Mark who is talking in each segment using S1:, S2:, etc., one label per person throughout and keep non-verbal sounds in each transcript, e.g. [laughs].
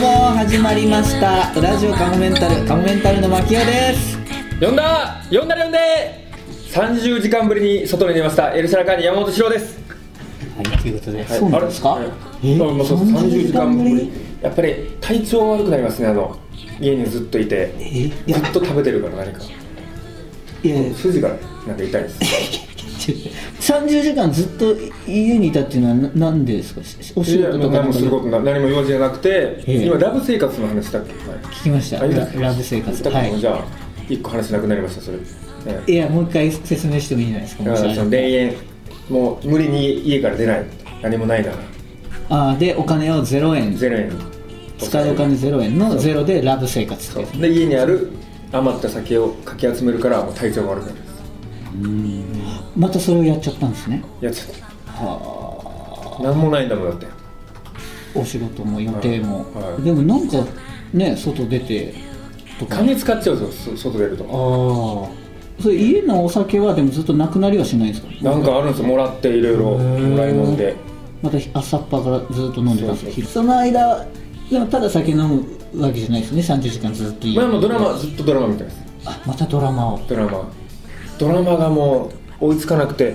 S1: も始まりましたラジオカモメンタルカモメンタルの牧雄です
S2: 呼んだ呼んだら呼んで30時間ぶりに外に出ましたエルシャラカーニ山本史郎です
S1: はいということで、
S2: はい
S1: そうなんですか
S2: あれ
S1: え
S2: そうまあそう
S1: 30
S2: 30
S1: 時
S2: 時
S1: 間
S2: 間
S1: ぶ
S2: ぶ
S1: り
S2: りやっぱり体調悪くなりますねあの家にずっといて
S1: え
S2: ず
S1: いや
S2: っと食べてるから何か
S1: いやいや
S2: 筋がなんか痛いです
S1: 30時間ずっと家にいたっていうのはななんでですかしお仕
S2: いや
S1: 事と
S2: もう
S1: か
S2: 何もすることな何も用事がなくて
S1: ええ
S2: 今ラブ生活の話だっけ、はい
S1: 聞きました
S2: あいい
S1: ラ
S2: ですか
S1: ラブ生活
S2: だか
S1: は
S2: らもうじ
S1: い
S2: ゃあ一個話なくなりましたそれ、え
S1: いやもう一回説明してもいいんじゃないですか
S2: えだからそ
S1: も
S2: の田
S1: し
S2: 園もう無理に家から出ない何もないなら
S1: ああでお金を0円
S2: ゼロ円
S1: 使うお金0円のゼロでラブ生活って
S2: そ
S1: やつ
S2: うで家にある余った酒をかき集めるからもう体調が悪くなる
S1: またそれをやっちゃったんですね
S2: やっちゃった
S1: はあ
S2: 何もないんだもんだって
S1: お仕事も予定も、
S2: はいはい
S1: でもなんかね外出てとかあ
S2: 金使っちゃうぞそ外出る
S1: あ
S2: と
S1: ーそれ家のお酒はでもずっとなくなりはしないんですか
S2: なんかあるんですよもらっていろいろもらい飲んで
S1: また朝っぱからずっと飲んでたんです
S2: そうそう
S1: 昼その間でもただ酒飲むわけじゃないですね30時間ずっと家に
S2: まあもうドラマずっとドラマ見てます
S1: あまたドラマを
S2: ドラマドラマがもう追いつかなくて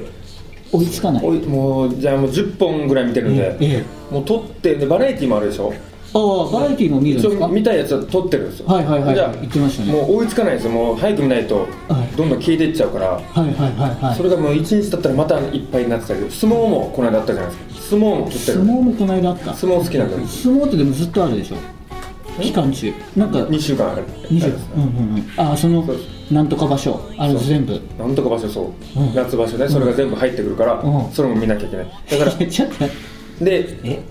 S1: 追いつかない
S2: 追いもうじゃあもう10本ぐらい見てるんで、
S1: ええ
S2: もう撮ってでバラエティーもあるでしょ
S1: ああバラエティーも見るん
S2: 一
S1: ですか
S2: 応見たいやつは撮ってるんですよ
S1: はいはいはい
S2: じゃあ
S1: 言ってましたね
S2: もう追いつかないですよもう早く見ないと
S1: はい
S2: どんどん消えていっちゃうから、
S1: はいはいはいはい
S2: それがもう1日経ったらまたいっぱいになってたけど相撲もこの間あったじゃないですか相撲も撮って
S1: 相
S2: る
S1: 撲もこの間あった相
S2: 相撲好きなんだ
S1: 撲ってでもずっとあるでしょ期間中なんか
S2: 2週間ある
S1: 二十うんうんうんああその
S2: そう
S1: なんとか場所あれ全部
S2: なんとか場所そう、
S1: うん
S2: 夏場所ねそれが全部入ってくるから、
S1: うん
S2: それも見なきゃいけないだから
S1: [laughs] ちょっと待ってえう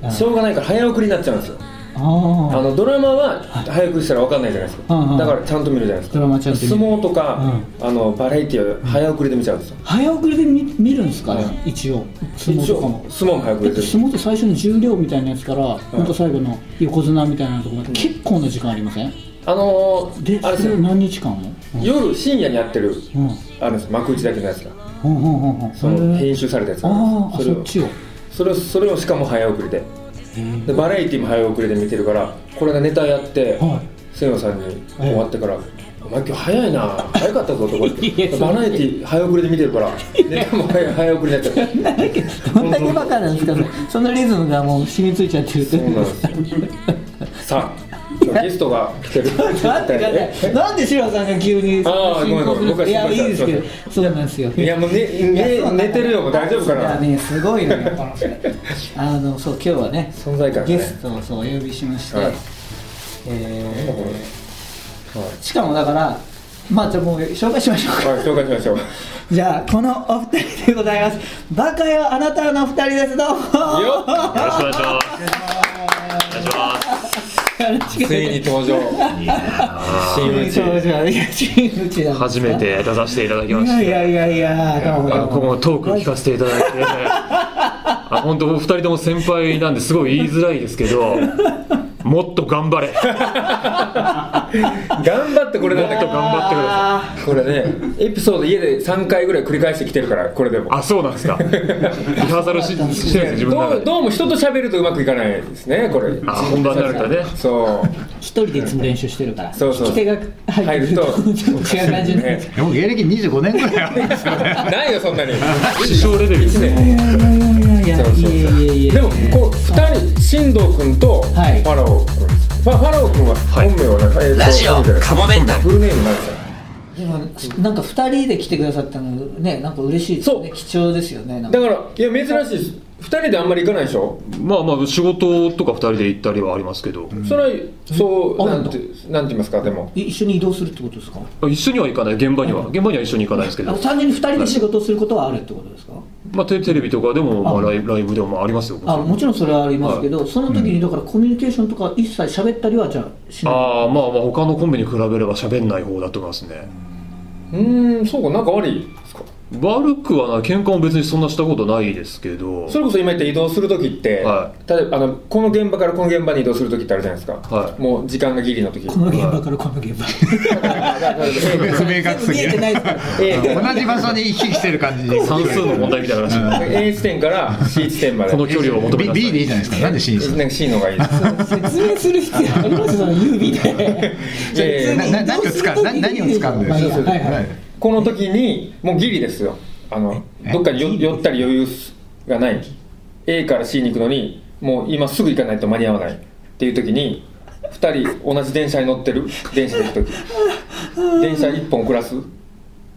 S2: で
S1: ん
S2: しょうがないから早送りになっちゃうんですよあ
S1: あ
S2: のドラマは早くしたら分かんないじゃないですか、
S1: うんうん
S2: だからちゃんと見るじゃないですか
S1: ドラマちゃんと見る
S2: 相撲とか、あのバラエティーは早送りで見ちゃうんですよ
S1: あ、早送りで見見るんですかね、
S2: う
S1: 一応相撲とかも
S2: 一応相撲も早送
S1: だっ
S2: り
S1: て
S2: で
S1: 相撲って最初の十両みたいなやつから、ほんと最後の横綱みたいなとこまで結構な時間ありません
S2: あの
S1: で
S2: ーあれで
S1: そ
S2: す
S1: れを
S2: よ
S1: 何日間も
S2: 夜深夜にやってる
S1: うん
S2: あるんですよ幕内だけのやつが
S1: うんうんうんうん
S2: その
S1: へえ
S2: 編集されたやつが
S1: あああ
S2: それ
S1: そっ
S2: を
S1: ちを
S2: それをそれをしかも早送りででバラエティーも早送りで見てるからこれでネタやって
S1: は
S2: せいのさんに終わってから「お前今日早いな早かったぞ」とか言っ
S1: [laughs] いやそ
S2: て
S1: んな
S2: バラエティー早送りで見てるからネタも早早送りになっちゃって
S1: なんだっけどんだけバカなんですかそれ [laughs] そのリズムがもう染みついちゃってると
S2: そうなん
S1: [laughs]
S2: ですよさあ今日ゲストが来てる
S1: [laughs] なんでかねなんでシロさんが急に
S2: あーごめんごめん僕が
S1: いや
S2: 心配
S1: い
S2: し
S1: い
S2: た
S1: ですけどそうなんですよ
S2: いやもうねね寝てるよもう大丈夫か
S1: いや
S2: な
S1: ねすごいのよこ
S2: [laughs]
S1: の人あのそう今日はね
S2: 存在感がね
S1: ゲストをそうお呼びしまして、
S2: はい
S1: え
S2: もうこれはい
S1: ーしかもだからまあじゃあもう紹介しましょうか [laughs]
S2: はい、紹介しましょう。
S1: じゃあこのお二人でございますバカよあなたのお二人ですどうも
S2: よっ
S3: よろしくお願いします。お願いします。
S1: よろしくお
S2: つい
S1: 願い
S2: に
S1: し
S2: 登
S1: [laughs] ます
S2: 場。真
S1: いや真打ちなん
S2: 打ち。
S1: ですか
S3: 初めて出させていただきま
S1: い
S3: し
S1: やい
S3: て、
S1: やいやいやどうもど
S3: あ
S1: うも
S3: このトーク聞かせていただいて、あ本当お二人とも先輩なんですごい言いづらいですけど、もっと頑張れ。
S2: 頑張ってこれだ
S3: もっと
S2: ね。
S3: 頑張ってく
S1: あ
S3: ださい。
S2: これね、エピソード家で3回ぐらい繰り返してきてるから、これでも。
S3: あ、そうなんですか。リハーサルししてるんですよ自分の
S2: ど
S3: 中
S2: う
S3: で。
S2: どうも人と喋るとうまくいかないですね、これ。
S3: あ、本番になるとね。
S2: そう。
S1: ー一人でいつも練習してるから
S2: そうそう
S1: 聞き手が入ると
S2: 入ると
S1: ちょっと [laughs] 違う感じになっちゃう
S2: ね
S4: でも芸歴25年ぐらいあるん [laughs] ですよね
S2: [laughs] ないよ、そんなに。
S3: 師匠レベルですね。
S1: いやいやいやいやいやいやいやいや
S2: でも、こう、2人、進藤君とフ
S1: はい
S2: ァラオ君。ファファラオ君は
S3: は
S2: 本
S3: い
S2: 名はね、えーと
S5: ラジオ
S2: なんだっけ
S5: カモメンタル
S2: フルネームなんですよ。
S1: でもなんか二人で来てくださったのねなんか嬉しいですね
S2: そう
S1: 貴重ですよねなんか
S2: だから、いや、珍しいです。2人であんまり行かないでしょ
S3: まあまあ仕事とか二人で行ったりはありますけど、
S2: それは、そう、
S1: あ
S2: なんて、なんて言いますか、でも。
S1: い一緒に移動するってことですか
S3: 一緒には行かない現場には現場には一緒に行かないですけ
S1: あ
S3: ど
S1: の、単純に二人で仕事をすることはあるってことですか
S3: まあテテレビとかでもまあライブライブでもありますよ。
S1: あもちろんそれはありますけどその時にだからコミュニケーションとか一切喋ったりはじゃあしない
S3: ああまあまあ他のコンビに比べれば喋んない方だと思いますね
S2: うーん、そうか、仲悪いですか。
S3: 悪くはない喧嘩も別にそんなしたことないですけど
S2: それこそ今言った移動する時って、
S3: は
S2: 例えばあのこの現場からこの現場に移動する時ってあるじゃないですか、
S3: はい
S2: もう時間がギリの時
S1: この現場からこの現場
S4: 不明確す
S1: 見
S4: ぎ
S1: えて
S4: る
S1: ないですから
S2: [laughs] ええ
S4: 同じ場所に行き来してる感じ
S3: 算数の問題みたいな話、
S4: うん
S2: A 地点から C 地点まで
S3: この距離を求め
S4: B,
S3: なさ
S4: B でいい
S3: い
S4: じゃないですかなんで C にする
S2: なんか C の方がいいです
S1: 説明する必要ありますその指で
S2: いやいやいや
S4: なな何を使うな何を使うんだよ
S1: まあいいや
S4: そうそ
S1: は
S4: う
S1: いはい
S4: はい
S2: この時にもうギリですよあの
S4: え
S2: どっかによ寄ったり余裕がない A から C に行くのにもう今すぐ行かないと間に合わないっていう時に2人同じ電車に乗ってる電車で行く時電車1本遅らす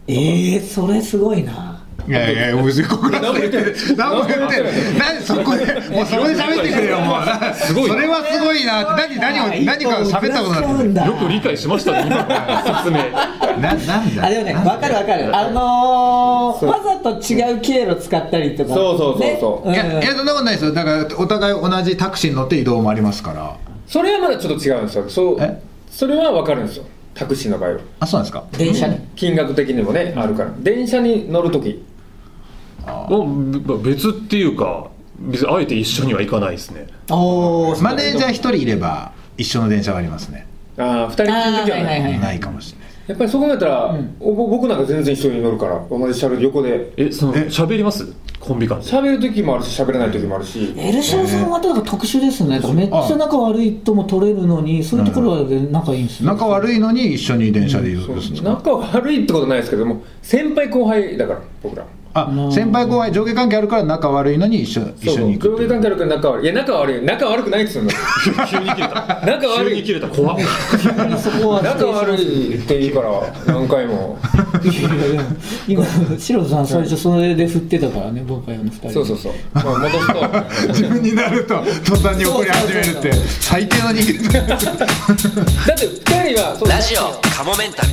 S1: ええそれすごいない
S4: やいやいや、もうここから言ってる。 [laughs] 何も言ってる。なんでそこで、もうそれで喋ってくれよ、もう。す
S3: ごい
S4: それはすごいなって、何、何を、何か喋ったことなってる。
S1: な
S3: よく理解しましたね今の説明
S2: [laughs]
S4: な、なんだ。
S1: あでもねわかるわかるあのー、わざと違う経路使ったりとか
S2: そうそうそうそう
S4: い
S1: ね
S4: や、いや、そんなことないですよ。だから、お互い同じタクシーに乗って移動もありますから。
S2: それはまだちょっと違うんですよそう
S4: え
S2: それは分かるんですよタクシーの場合は
S4: あ、そうなんですか。
S1: うん電車ね
S2: 金額的にもねあるから電車に乗る時
S3: もう別っていうか別にあえて一緒には行かないですね
S1: おー
S4: マネージャー一人いれば、一緒の電車がありますね。
S2: ああ2人きりの時はね、
S1: あーはいはい
S4: ないかもしれない。
S2: やっぱりそこだったら、おぼ僕なんか全然一緒に乗るから同じ車両で横で
S3: えその
S4: え
S3: 喋りますコン
S2: [laughs]
S3: ビ間で
S2: 喋る時もあるし喋れない時もあるし
S1: エルシャンさんはだから特殊ですねめっちゃ仲悪いとも取れるのにそういうところで仲いいん
S4: [laughs]
S1: ですね
S4: 仲悪いのに、一緒に電車で移動するんですか。
S2: 仲悪いってことないですけども先輩後輩だから僕ら
S4: あ、先輩後輩上下関係あるから、仲悪いのに、一緒、一緒に行
S2: そう
S4: く
S2: 上下関係あるから仲悪いいや仲悪い仲悪くないですよ
S1: [laughs]
S3: 急に切れた
S2: 仲悪
S3: 急に
S2: い
S3: 切れた怖っ
S1: そこは
S2: 仲悪いって言うから何
S1: [laughs]
S2: 回も
S1: いやいやいや今白田さん最初それで振ってたからね僕はの二人
S2: そうそうそう、まあ、戻すと
S4: 自分になると、途端に怒り始めるって、最低の人間。
S2: だって2人はそう
S5: ラジオカモメンタル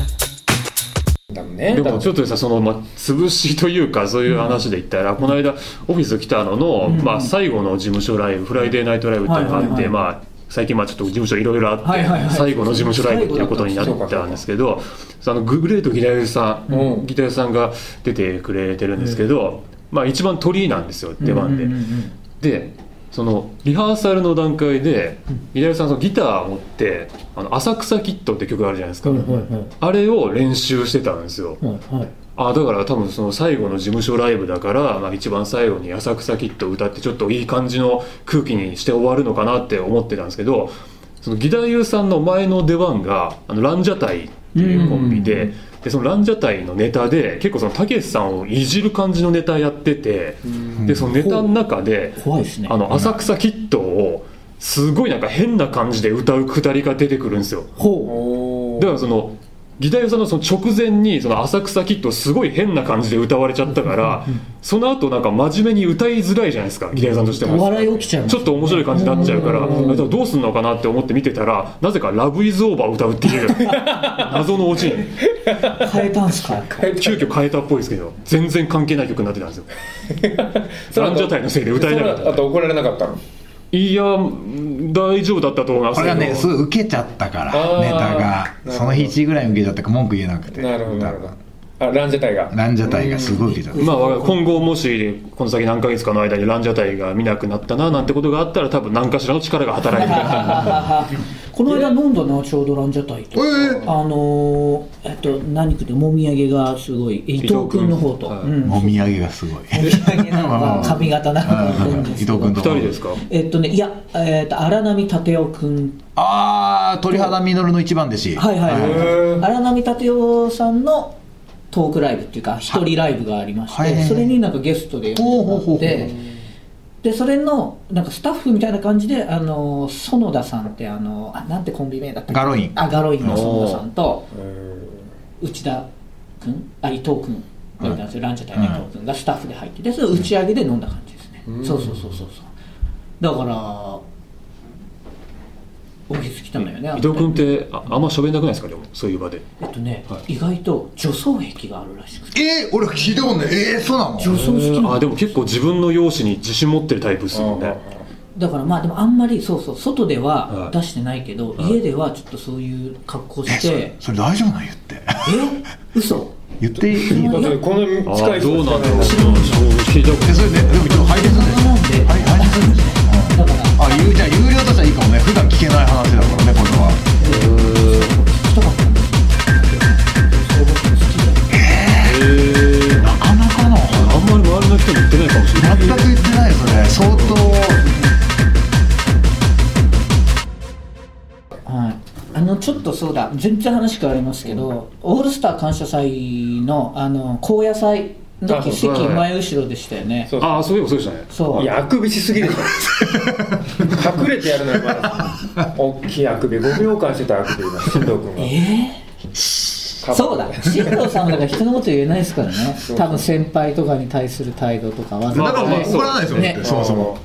S2: だもんね
S3: で
S2: 多
S3: も
S1: [laughs]
S2: 分
S3: ちょっとさその、まあ、潰しというかそういう話で言ったら、この間オフィス来たのの、まあ、最後の事務所ライブフライデーナイトライブっていうのがあって、
S1: はいはいはい
S3: まあ最近まあちょっと事務所いろいろあって、
S1: はいはいはい
S3: 最後の事務所ライブっていうことになったんですけどあのグレートギターさん、
S2: うん
S3: ギターさんが出てくれてるんですけど、まあ一番鳥なんですよ出番で。
S1: うんうんうん
S3: でそのリハーサルの段階でギターさんそのギターを持って「あの浅草キット」って曲があるじゃないですか、
S1: はいはいはい
S3: あれを練習してたんですよ、
S1: はいはい
S3: あだから多分その最後の事務所ライブだから、まあ、一番最後に「浅草キッド」歌ってちょっといい感じの空気にして終わるのかなって思ってたんですけどその義太夫さんの前の出番があのランジャタイっていうコンビで,、でそのランジャタイのネタで結構そのたけしさんをいじる感じのネタやっててでそのネタの中で
S1: 怖いですね
S3: あの浅草キッドをすごいなんか変な感じで歌うくだりが出てくるんですよ。
S1: ほ
S2: お
S3: だからその義太夫さんのその直前にその浅草キッドすごい変な感じで歌われちゃったからその後なんか真面目に歌いづらいじゃないですか義太夫さんとして
S1: うお
S3: も。
S1: 笑い起きちゃう
S3: ちょっと面白い感じになっちゃうからだからどうすんのかなって思って見てたらなぜか「ラブイズオーバー歌うっていう謎のオチに
S1: 変えたんすか
S3: 急遽変えたっぽいですけど全然関係ない曲になってたんですよランジャタイのせいで歌えなか
S2: [laughs]
S3: った
S2: それはあと怒られなかったの
S3: いやうん大丈夫だったと思います
S4: こ
S3: け
S4: れ
S3: ど
S4: がねすごい受けちゃったから
S2: あー
S4: ネタが
S2: ほど
S4: その日1位ぐらいに受けちゃったから文句言えなくて
S2: なるほどなるほどあランジャタイが
S4: ランジャタイがすごい受けちゃった
S3: まあ、わか今後もしこの先何ヶ月かの間にランジャタイが見なくなったななんてことがあったら多分何かしらの力が働いてくれた
S1: [laughs] この間飲んだなちょうどランジャタイと、あのー、えっと何くてもみあげがすごい伊藤君の方と、
S3: はい
S1: うん
S4: もみあげがすごい
S1: お土産なのか髪型なのか分かんない
S4: 伊
S1: ですけ
S4: 藤
S1: ど
S4: 君
S3: 2
S4: と
S3: 人ですか
S1: えっとねいや、えっと荒波立夫君
S4: ああ鳥肌実の一番弟子
S1: はいはい
S2: へ
S1: はい
S2: ー
S1: 荒波立夫さんのトークライブっていうか一人ライブがありまして、
S4: はいはいはい
S1: それになんかゲストで呼んでもらって
S4: ほうほうほうほ
S1: でそれのなんかスタッフみたいな感じであの園田さんってあのあなんてコンビ名だったっけ
S4: ガロイン
S1: あガロインの園田さんと内田君あ伊藤君がいたんですよ、ランジャタイの伊藤君がスタッフで入ってでそれを打ち上げで飲んだ感じですね、そうそうそうそうそうだからオフィス来たのよね
S3: 伊藤君ってああんま喋んなくないですかでもそういう場で
S1: えっとね、
S3: は
S1: 意外と女装癖があるらしくて
S4: えー、俺聞いたことないえー、そうなの
S1: 女装好きな
S3: あ
S1: の
S3: でも結構自分の容姿に自信持ってるタイプですもんね
S1: だからまあでもあんまりそうそう外で
S3: は
S1: はい出してないけど、家ではちょっとそういう格好して、
S4: それ大丈夫なん言って
S1: え嘘
S4: 言っていい
S2: だってこの近い
S3: ああ
S2: 人
S3: どう
S2: しかな
S3: なんだ
S2: い
S3: ろう
S2: か
S3: な
S2: ら
S3: 聞いたこと
S4: でそれねでもちょっと配信するんですよはい配信するんですよ
S1: だから
S4: あ有じゃあ有料としてはいいかもね普段聞けない話だからねこれは
S1: 聞きたかったんですよそう僕好きで
S3: へえ
S4: なかなかの
S3: あんまり周りの人に言ってないかもしれない
S4: 全く言ってないですね相当
S1: はい、あのちょっとそうだ全然話変わりますけど、オールスター感謝祭のあの高野祭の
S2: あそ
S1: 時
S2: う
S1: 席
S3: はいはい
S1: 前後ろでしたよね
S2: そう
S3: ああそういえばそうでしたね
S1: そう
S2: いやあくびしすぎるでしょ隠れてやるのよまだ大きいあくび5秒間してたあくび今進藤君が
S1: ええそうだ進藤さんだから人のこと言えないですからね
S2: う
S1: 多分先輩とかに対する態度とかは
S3: ま
S4: だからまあ
S3: そう
S4: 怒らないですよね
S1: ね
S4: そもそも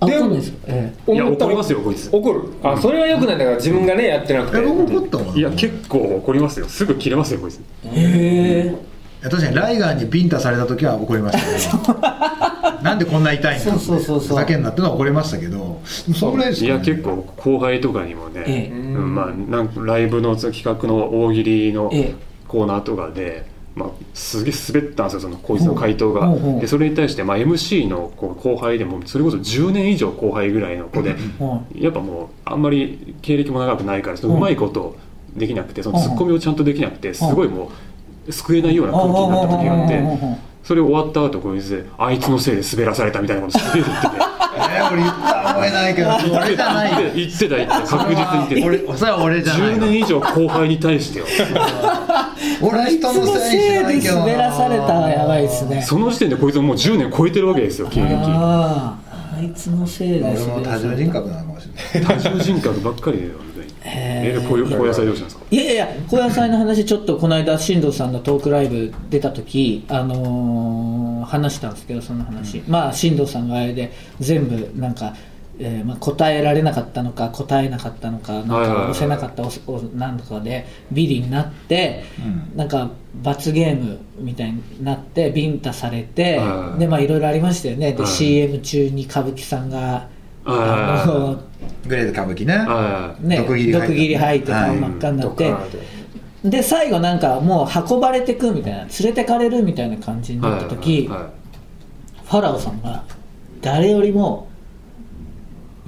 S1: あ怒んないですかええ
S3: いや怒りますよこいつ
S2: 怒るあそれはよくないんだから自分がねやってなくて
S4: え僕怒ったもん
S3: いや結構怒りますよすぐ切れますよこいつ
S1: へえ
S4: 確かにライガーにビンタされた時は怒りましたねなんでこんな痛いんだって
S1: そうそうそうそう
S4: ふざけんなってのは怒りましたけどでもそんぐらいです
S3: い
S4: かね
S3: や結構後輩とかにも
S1: え
S3: ね、
S1: え
S3: うんまあ、なんかライブの企画の大喜利の
S1: ええ
S3: コーナーとかで、まあ、すげえ滑ったんですよそのこいつの回答が、
S1: ほうほうほう
S3: でそれに対して、まあ、MC のこう後輩でもそれこそ10年以上後輩ぐらいの子で
S1: は
S3: やっぱもうあんまり経歴も長くないからそのうまいことできなくてそのツッコミをちゃんとできなくてすごいもう救えないような空気になった時があっ
S1: ほうほうほうほう
S3: てそれ終わった後こいつであいつのせいで滑らされたみたいなことすげえ言ってて。
S4: えー俺言った覚えないけど俺じゃないよ
S3: 言ってた言ってた確実に言って
S4: 俺それは俺じ
S3: た
S4: ゃない
S3: 10
S4: の
S3: 年以上後輩に対してよ [laughs]
S4: 俺は
S1: あいつ
S4: 人の
S1: の
S4: せいにしな
S1: せ
S4: い
S1: い
S4: け
S1: で
S4: どな
S1: 滑らされたらやばいですね
S3: その時点でこいつもう10年超えてるわけですよ経歴
S1: あああいつのせいで
S4: 俺
S1: す
S4: も多重人格なのかもしれない
S3: 多重人格ばっかりだよ本当にえでこういう高野菜どうしたんですか
S1: いやいやいや、高野菜の話、ちょっとこの間、進藤さんのトークライブ出た時あのー話したんですけど、その話、まあ、進藤さんがあれで、全部、なんか、えーまあ、答えられなかったのか、答えなかったのか、なん
S3: はいはいは
S1: か
S3: い
S1: 押せなかった、押せ押せなんとかで、ビリになって、なんか、罰ゲームみたいになって、ビンタされて
S3: はいは、い
S1: で、まあ、いろいろありましたよね、
S3: は
S1: で、
S3: い
S1: CM 中に歌舞伎さんが、あ
S3: はいはい
S1: の
S4: グレード歌舞伎ね
S3: あ
S1: ね、毒
S4: 毒斬り入った
S1: 斬り入って
S4: はい
S1: 顔真っ赤にな
S2: と
S1: って、
S2: か
S1: で最後なんかもう運ばれてくみたいな連れてかれるみたいな感じに
S3: あ
S1: なった時、
S3: はいはい
S1: ファラオさんが誰よりも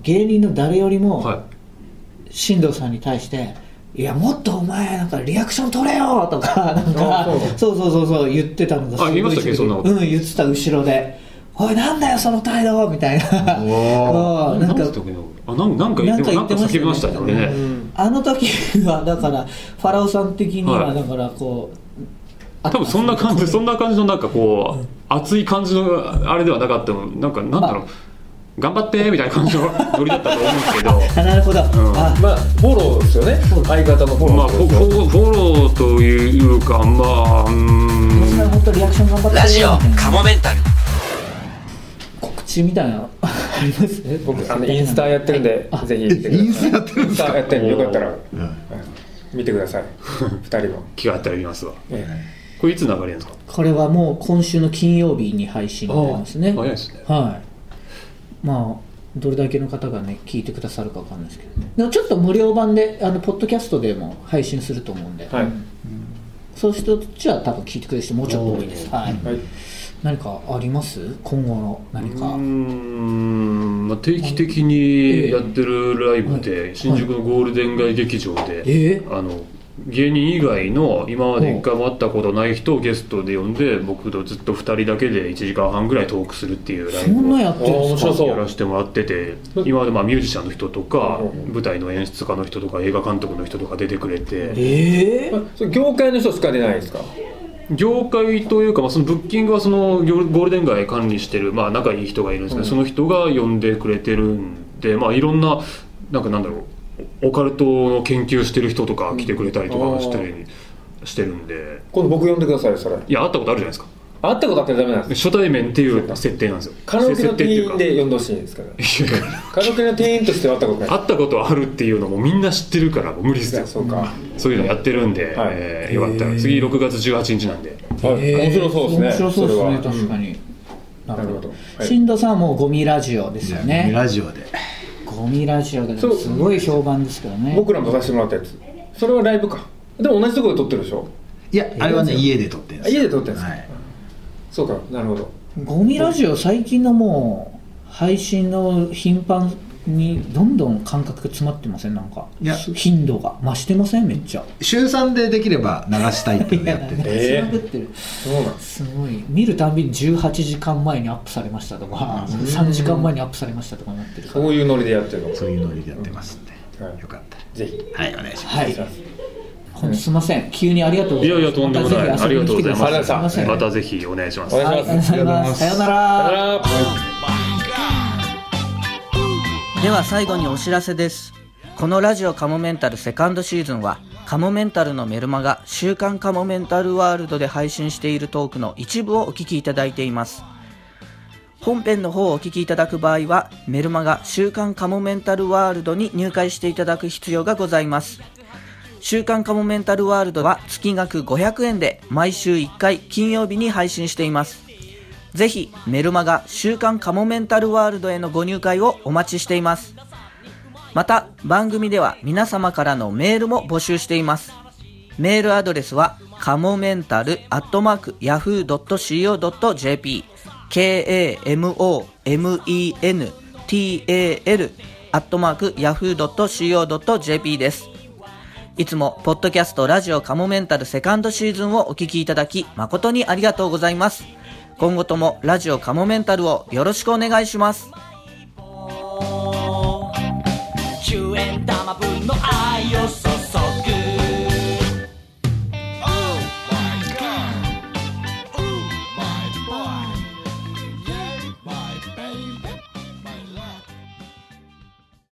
S1: 芸人の誰より
S3: はい
S1: も進藤さんに対して「いやもっとお前なんかリアクション取れよ!」と
S3: [laughs]
S1: かなんかそうそうそうそう言ってたのが
S3: あ言いましたっけ
S1: すご
S3: そんなこと
S1: うん言ってた後ろで「おいなんだよその態度!」みたいな
S4: お
S1: [laughs] うん
S3: な
S1: なんんか
S3: だったっけなあなんなんか言
S1: な
S3: っ
S1: ん
S3: て
S1: か
S3: な
S1: 言
S3: ん
S1: っ
S3: か
S1: て
S3: 叫びましたね
S1: ましたよね
S2: うん
S1: あの時はだからファラオさん的に
S3: は
S1: はいだからこう、
S3: 多分そんな感じそんな感じのなんかこう熱い感じのあれではなかったのなんかなんだろう頑張ってみたいな感じのノリだったと思うんですけど
S1: あなるほど、あ
S2: まあフォローですよね相方のフォ
S3: ま
S2: ロ
S3: あ、
S2: ー
S3: フォフォフォローというか、まあ、うー
S1: こちら
S3: ん、
S1: 本当リアクション頑張って
S5: ラジオ
S1: みたいな
S5: カモメンタル
S1: 告知みたいなの [laughs] ありますね
S2: 僕あのインスタやってるんでぜひ見てください
S4: インスタやってるんです
S2: イン
S4: か
S2: スタやってるんでよかったら
S4: うん
S2: 見てください二人も
S3: 気があったら言いますわ。
S2: え
S3: これいつ流れるんですか。
S1: これはもう今週の金曜日に配信になりますね
S3: あー早いですね
S1: はいまあどれだけの方がね聞いてくださるかわかんないですけどねでもちょっと無料版であのポッドキャストでも配信すると思うんで、
S2: えはい
S1: そういう人たちは多分聞いてくれる人もうちょっと多いですはい、
S2: はい
S1: 何かあります今後の何
S3: う
S1: か
S3: ーん、まあ、定期的にやってるライブで、新宿のゴールデン街劇場で、
S1: え
S3: あの。芸人以外の今まで一回も会ったことない人をゲストで呼んで僕とずっと2人だけで1時間半ぐらいトークするっていうライ
S1: そん
S3: ブを
S1: なんやってるんですか
S2: 面白そう
S3: やらせてもらってて今までまあミュージシャンの人とか
S2: う
S3: 舞台の演出家の人とか映画監督の人とか出てくれて
S1: えー、
S2: それ業界の人しか出ないですか
S3: 業界というか、まあ、そのブッキングはそのゴールデン街管理してる、まあ、仲いい人がいるんですけど、その人が呼んでくれてるんで、まあ、いろんななんかなんだろうオカルトの研究してる人とか来てくれたりとかしたり、してるんで
S2: 今度僕呼んでくださいよそれ
S3: いや会ったことあるじゃないですか
S2: 会ったことあったらダメなんです
S3: 初対面っていう設定なんですよ
S2: カラオケの
S3: 設定って
S2: 店
S3: いうか
S2: 員で呼んでほしいんですから
S3: いやいや
S2: カラオケの店員としては会ったことない
S3: 会ったことあるっていうのもみんな知ってるからもう無理です
S2: じゃあ
S3: よ
S2: そうか、
S3: そういうのやってるんで、
S2: はい
S3: えーよかったら次6月18日なんで
S2: はい面白そうですね
S1: 面白そうですね
S2: れは
S1: 確かに、な
S2: なるほどはい
S1: 進藤さんはもうゴミラジオですよね
S4: ラジオで
S1: ゴミラジオです
S2: そう
S1: ごい評判ですけどね
S2: 僕らも出させてもらったやつそれはライブかでも同じところで撮ってるでしょ
S4: いやあれはね家で撮ってるんですよ
S2: あ家で撮ってるんですか
S4: はい
S2: そうかなるほど
S1: ゴミラジオ最近のもう配信の頻繁にどんどん感覚詰まってませんなんか
S4: いや
S1: 頻度が増してませんめっちゃ
S4: 週3でできれば流したいっていうのやってて
S1: いやなんか繋がってる
S2: そうなんです
S1: すごい見るたびに18時間前にアップされましたとか3時間前にアップされましたとかなってるから
S2: そういうノリでやってるの
S4: そういうノリでやってますんで、
S2: はい
S4: よかったら
S2: ぜひ
S4: はいお願いします、
S1: はい本当すいません急にありがとうございます
S3: いやいやとんでもな
S1: また
S3: い
S1: ぜひ遊びに来てくださ
S2: ありがとうございま
S1: せん
S3: またぜひお願いします
S2: お
S1: はい
S2: 願
S1: あ
S2: い
S1: り
S2: し
S1: がと
S2: ま
S1: う
S2: す
S1: ございますさようなら
S2: さよなら
S5: では最後にお知らせですこのラジオカモメンタルセカンドシーズンはカモメンタルのメルマガ週刊カモメンタルワールドで配信しているトークの一部をお聞きいただいています本編の方をお聞きいただく場合はメルマガ週刊カモメンタルワールドに入会していただく必要がございます週刊カモメンタルワールドは月額500円で毎週1回金曜日に配信していますぜひメルマガ週刊カモメンタルワールドへのご入会をお待ちしています。また番組では皆様からのメールも募集しています。メールアドレスはカモメンタルアットマークヤフー .co.jp k-a-m-o-m-e-n-t-a-l アットマークヤフー .co.jp です。いつも、ポッドキャストラジオカモメンタルセカンドシーズンをお聞きいただき、誠にありがとうございます。今後ともラジオカモメンタルをよろしくお願いします。